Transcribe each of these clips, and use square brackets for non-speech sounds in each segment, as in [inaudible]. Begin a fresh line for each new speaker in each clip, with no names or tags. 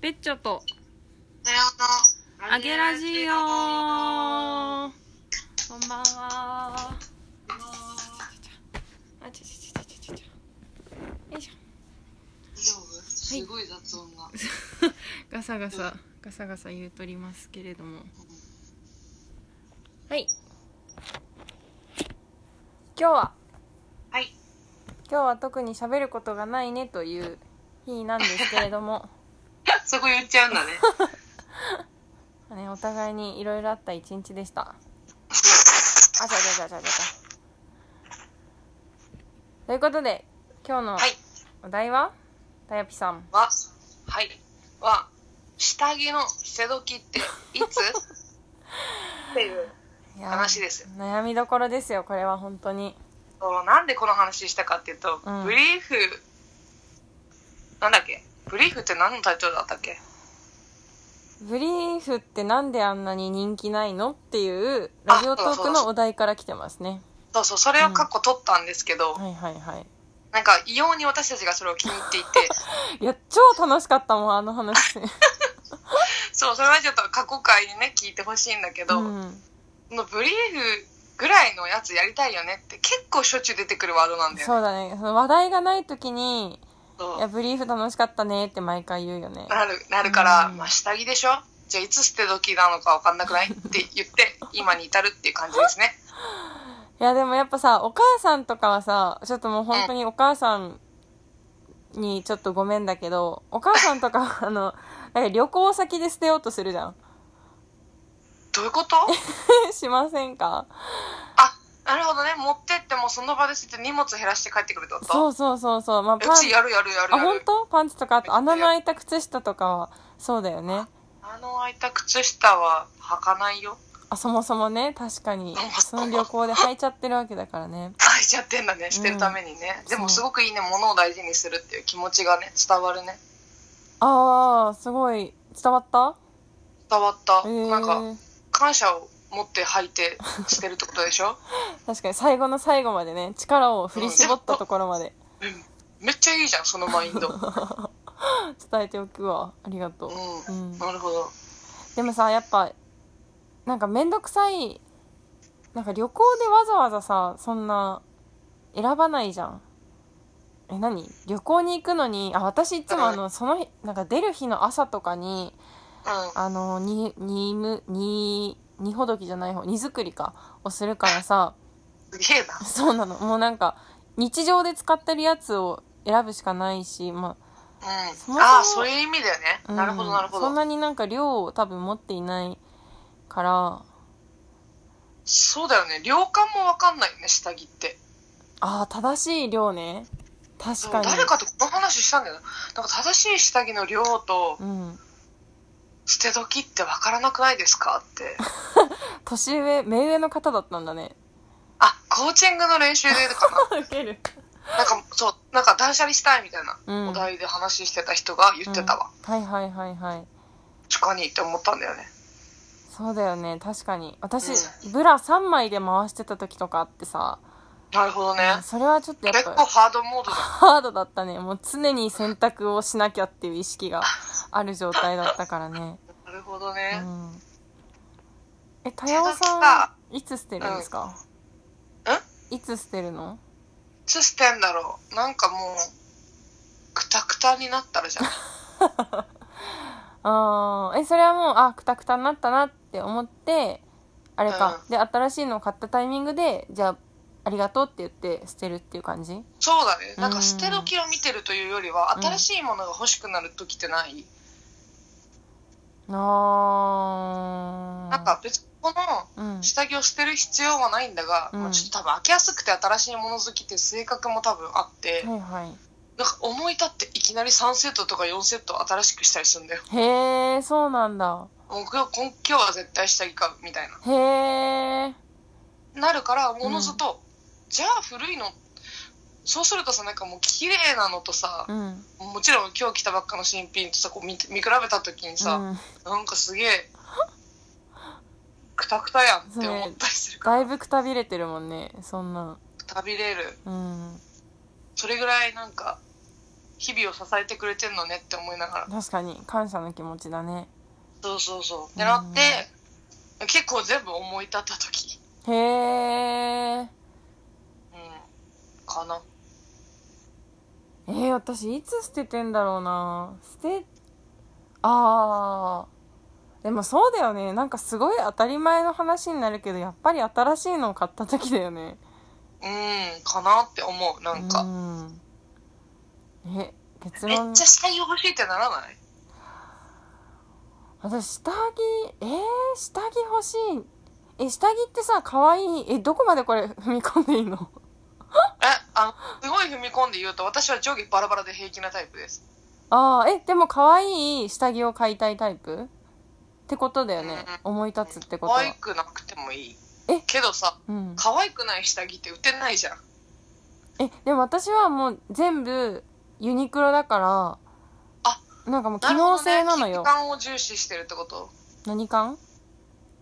ベッチョと
さようなら
あげラジオこんばんはあちゃちゃちゃちゃちゃちゃよいし
大丈夫すごい雑音が、
ょ [laughs] ガサガサガサガサ言うとりますけれどもはい今日は
はい
今日は特に喋ることがないねという日なんですけれど [laughs] も
そこ言っちゃうんだね
ねお互いにいろいろあった一日でしたあちゃちゃちゃちゃちゃちゃということで今日の
[laughs] はい
お題は、たやぴさん
ははいは下着の捨て時って [laughs] いつっていう
いやー
話ですよ
悩みどころですよこれは本当に
そうなんでこの話したかっていうと、
うん
ブリーフなんだっけブリーフって何のタイトルだったっけ
ブリーフってなんであんなに人気ないのっていうラジオトークのお題から来てますね
そうそうそれは過去取ったんですけど、
はいはいはい
なんか異様に私たちがそれを気に入 [laughs] っていて
いや超楽しかったもんあの話
そうそれはちょっと過去回にね聞いてほしいんだ [laughs] けど、
うん
このブリーフぐらいのやつやりたいよねって結構しょっちゅう出てくるワードなんだよ
そ
ね。
うだねその話題がない時に「
そう
いやブリーフ楽しかったね」って毎回言うよね
なるなるから、
うん
まあ、下着でしょじゃあいつ捨て時なのか分かんなくないって言
[laughs]
って今に至るっていう感じですね。
いやでもやっぱさお母さんとかはさちょっともう本当にお母さんにちょっとごめんだけどお母さんとかは [laughs] あのなんか旅行先で捨てようとするじゃん [laughs]
どういうこと
しませんか
あなるほどね持ってってもその場で捨てて荷物減らして帰ってくるってこと
そううそうそうそうまあパン
ちやるやるやる
あ
や
本
る
当パンツとかあと穴の開いた靴下とかはそうだよね
あの開いた靴下は履かないよ [laughs]
あそもそもね確かにその旅行で履いちゃってるわけだからね
履いちゃってんだね捨てるためにね、
うん
でも
そう
すごくいいね物を大事にするっていう気持ちがね伝わるね
ああすごい伝わった
伝わった、
えー
なんか感謝を持って履いて捨てるってことでし
[laughs]
ょ
確かに最後の最後までね力を振り絞ったところまで
うんめっちゃいいじゃんそのマイン
[laughs]
ドうん
伝えておくわありがとう、うん、
なるほど
でもさやっぱなんか面倒くさいなんか旅行でわざわざさそんな選ばないじゃんえ何旅行に行くのにあ私いつもあのその日なんか出る日の朝とかにあのににむににほどきじゃない方荷造りかをするからさ
うんすげえな
そうなのもうなんか日常で使ってるやつを選ぶしかないしまあ
うん
そもそも
ああそういう意味だよね、
うん
なるほどなるほ
そん
ど
なになんか量を多分持っていないから
そうだよね量感もわかんないよね下着って
ああ正しい量ね確
そ
か
う
に
誰かとこの話したんだよななんか正しい下着の量と
うん、
捨て時ってわからなくないですかって [laughs]
年上目上の方だったんだね
あコーチングの練習でとか
[laughs] ウケる、
ななんかそうなんか断捨離したいみたいな
うん、
お
は
題で話してた人が言ってたわ、
いはいはいはい
確かにって思ったんだよね
そうだよね確かに私、
う
ブラ3枚で回してた時とかあってさ、
なるほどね、
うんそれはちょっとやっ
結構
ぱ
ハードモードだ
ハードだったねもう常に選択をしなきゃっていう意識がある状態だったからね、
なるほど
う
ね、
ん、えたやお
手書きか
さんいつ捨てるんですか、いつ捨てるの
いつ捨てんだろうなんかもうくたくたになったら
[laughs]
じゃん
あーえそれはもうあくたくたになったなって思ってあれか、
う
で新しいのを買ったタイミングでじゃあありがとうって言って捨てるっていう感じ
そうだねなん
う
か
ん
捨て時を見てるというよりは
うん
新しいものが欲しくなる時ってない、
あー
なんか別にこの
うん
下着を捨てる必要はないんだが、
うん
まあ、ちょっと多分開けやすくて新しいもの好きっていう性格も多分あって、
はいはい
なんか思い立っていきなり3セットとか4セット新しくしたりするんだよ
へえそうなんだ
もう今日今今日は絶対下着買うみたいな
へえ
なるからおのずと、じゃあ古いのそうするとさなんかもう綺麗なのとさ
う、ん
もちろん今日来たばっかの新品とさこう見て見比べた時にさ、
うん、
なんかすげえくたくたやんって思ったりするから
だいぶくたびれてるもんねそんな
くたびれる
うん
それぐらいなんか日々を支えてくれてんのねって思いながら
確かに感謝の気持ちだね
そうそうそうってなって結構全部思い立った時
へえ
うんかな
えー、私いつ捨ててんだろうな捨てあーでもそうだよねなんかすごい当たり前の話になるけどやっぱり新しいのを買った時だよね
うんかなって思うなんか
うんえ結
めっ
論
ちゃ下着欲しいってならない
私下着えー、下着欲しいえ下着ってさ可愛いえどこまでこれ踏み込んでいいの [laughs]
えあすごい踏み込んで言うと私は上下バラバラで平気なタイプです
ああえでも可愛い下着を買いたいタイプってことだよね思い立つってことは
可愛くなくてもいい
え
けどさ
うん
可愛くない下着って売ってないじゃん
えでも私はもう全部ユニクロだからあなんかもう機能性なのよ
生地感を重視してるってこと
何感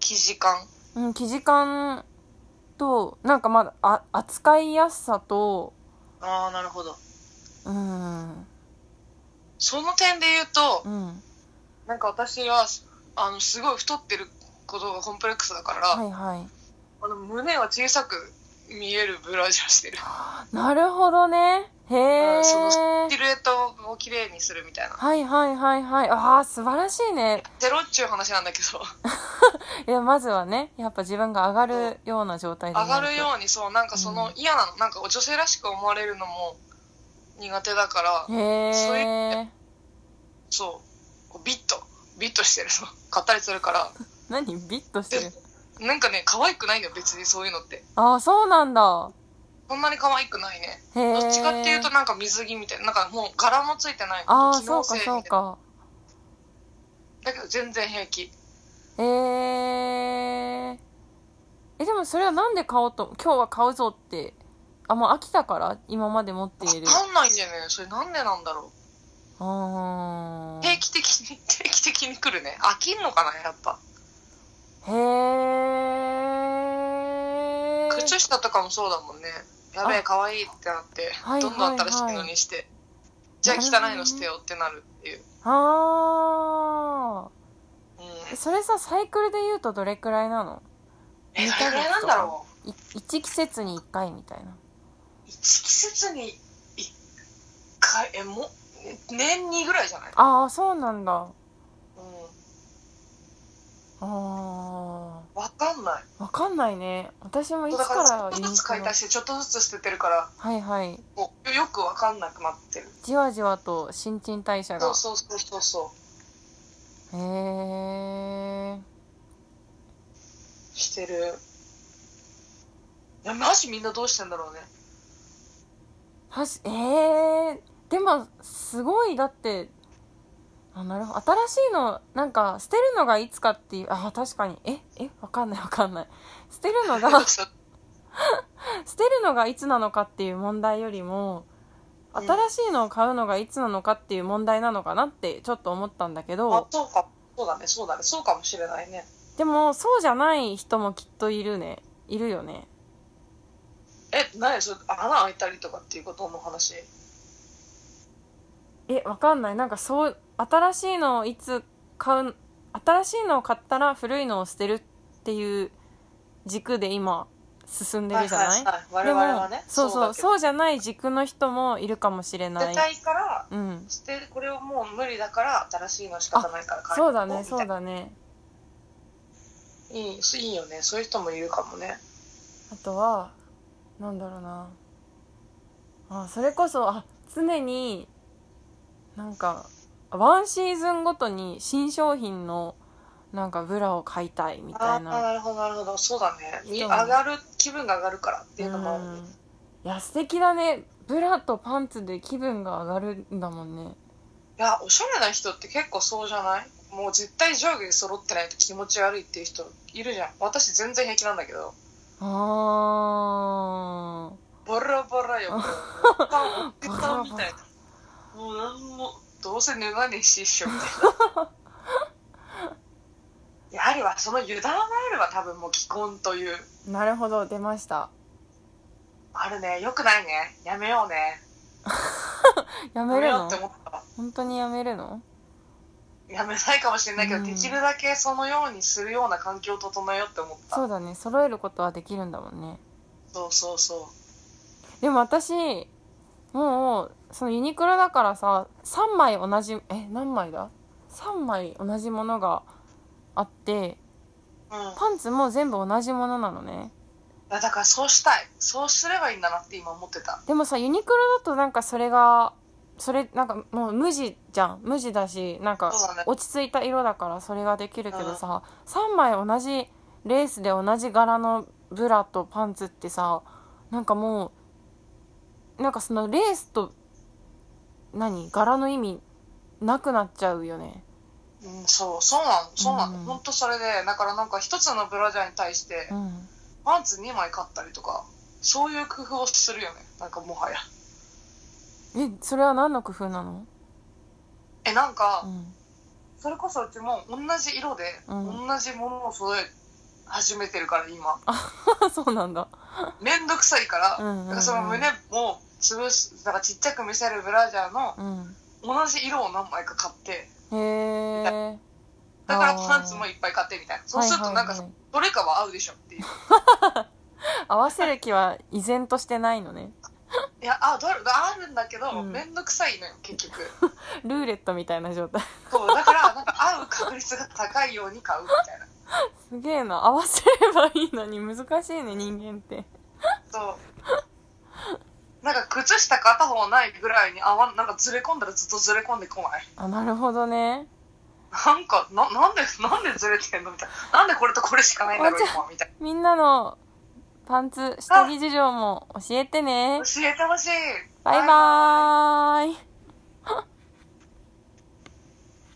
生地感
うん生地感となんかまだあ扱いやすさと
ああなるほど
うん
その点で言うと
うん
なんか私はあのすごい太ってることがコンプレックスだから、
はいはい
あの胸が小さく見えるブラジャーしてる
なるほどねへえ
うんそのシルエットを綺麗にするみたいな
はいはいはいはいああ素晴らしいね
ゼロっちゅう話なんだけど
いやまずはねやっぱ自分が上がるような状態で
上がる
う
ようにそうなんかその嫌なのなんか女性らしく思われるのも苦手だから
へ
そうい
え
そうこうビッとビッとしてるの買ったりす
[laughs]
るから
何ビッとしてる
なんかね可愛くないのよ別にそういうのって
ああそうなんだ
そんなに可愛くないね
へえ
どっちかっていうとなんか水着みたいななんかもう柄もついてない
ああ
機
そう
能
か
性
そう
みたいな
か
だけど全然平気
えー、えでもそれはなんで買おうと今日は買うぞってあもう飽きたから今まで持っている
わかんないんだよねそれなんでなんだろ
あ
う
ー
定期的に [laughs] 定期的に来るね飽きんのかなやっぱ
へえ
靴下とかもそうだもんねやべえ可愛いってなって
はい
どんどん新しいのにしてじゃあ汚いの捨てようってなるっていう
あ
うん
ーそれさサイクルで言うとどれくらいなの
え
二
ど
ヶ月
れぐらいなんだろう
い1季節に1回みたいな
一季節に一回えもう年にぐらいじゃない
ああそうなんだ
うん
あ
わかんない
ーわかんないね私もいつ
だ
か
からちょ
ら
っと
ユニ
ずつ
ク
買い
ロ
足してちょっとずつ捨ててるから
はいはい
もうよくわかんなくなってる
じわじわと新陳代謝
そ
が
うそうそうそうそう
へえ
してるいやマジみんなどうしてんだろうね
はしえー、でもすごいだってあなるほど新しいのなんか捨てるのがいつかっていうあ確かにええわかんないわかんない捨てるの
[laughs]
が
そ
捨
う
てるのがいつなのかっていう問題よりも
うん
新しいのを買うのがいつなのかっていう問題なのかなってちょっと思ったんだけ
あ
ど
そうかそうだねそうだねそうかもしれないね
でもそうじゃない人もきっといるねいるよね
え何それ穴開いたりとかっていうことの話
えわかんないなんかそう新しいのをいつ買う新しいのを買ったら古いのを捨てるっていう軸で今進んでるじゃない,、
はいはいはい、我々は
でも
ね
そうそうそう
う
じゃない軸の人もいるかもしれ
だけど
な
捨
い
てたいから
うん
捨てこれはもう無理だから新しいの仕方ないから買い
そうだね
みた
そう
いな
だね
いいいいよねそういう人もいるかもね
あとはなんだろうなあそれこそあ常になんかワンシーズンごとに新商品のなんかブラを買いたいみたい
ああー
な
なるほどなるほどそうだねみ
人
上
も
がる気分が上がるからっていうのもある
う
ね
んいや素敵だねブラとパンツで気分が上がるんだもんね
いやおしゃれな人って結構そうじゃないもう絶対上下揃ってないと気持ち悪いっていう人いるじゃん私全然平気なんだけど
あ
ボロボロよもうパンペタンみたいなもうなんもどうせ寝まねえし一緒みたい
[laughs]
なやはりはその油断があれば多分もう既婚という
ーなるほど出ました
あるねよくないねやめようね
や
や
め
め
る
よう
の
って思った。
本当にやめるの
やめないかもしれないけど、
うん
できるだけそのようにするような環境を整えようって思った。
そうだね揃えることはできるんだもんね
そうそうそ
でも私もうそのユニクロだからさ3枚同じえ何枚だ ?3 枚同じものがあって
う。うん。
パンツも全部同じものなのね
だからそうしたい。そうすればいいんだなって今思ってた。
でもさユニクロだとなんかそれがそれなんかもう無地じゃん無地だしなんか
そうだね
落ち着いた色だからそれができるけどさ、3枚同じレースで同じ柄のブラとパンツってさなんかもうなんかそのレースと何柄の意味なくなっちゃうよね
うん、そう、そうなの、そうなの。
うん
ほんとそれで、だからなんか一つのブラジャーに対して
う、ん
パンツ2枚買ったりとか、そういう工夫をするよね。なんかもはや。
えそれは何の工夫なの
え、なんか、
うん
それこそうちも同じ色で、
うん
同じものを揃え始めてるから今
あそうなん [laughs] だ
めんどくさいから,、
うんうんうん
だからその胸も潰すだからちっちゃく見せるブラジャーの
うん
同じ色を何枚か買って
へえ
だからパンツもいっぱい買ってみたいなそうするとなんかどれかは合うでしょっていう、い
合わせる気は依然としてないのね
やあどれあるんだけど、
うん
めんどくさいのよ結局
ルーレットみたいな状態
そうだからなんか合う確率が高いように買うみたいな
すげえな合わせればいいのに難しいね人間って
そうなんか靴下片方ないぐらいに合わんなんかずれ込んだらずっとずれ込んでこない
あなるほどね
なんか、な、なんで、なんでずれてんのみたいな。なんでこれとこれしかないんだろう、
あじゃあ
今、みたい
みんなのパンツ下着事情も教えてね
な。教えてほしい。
バイバーイ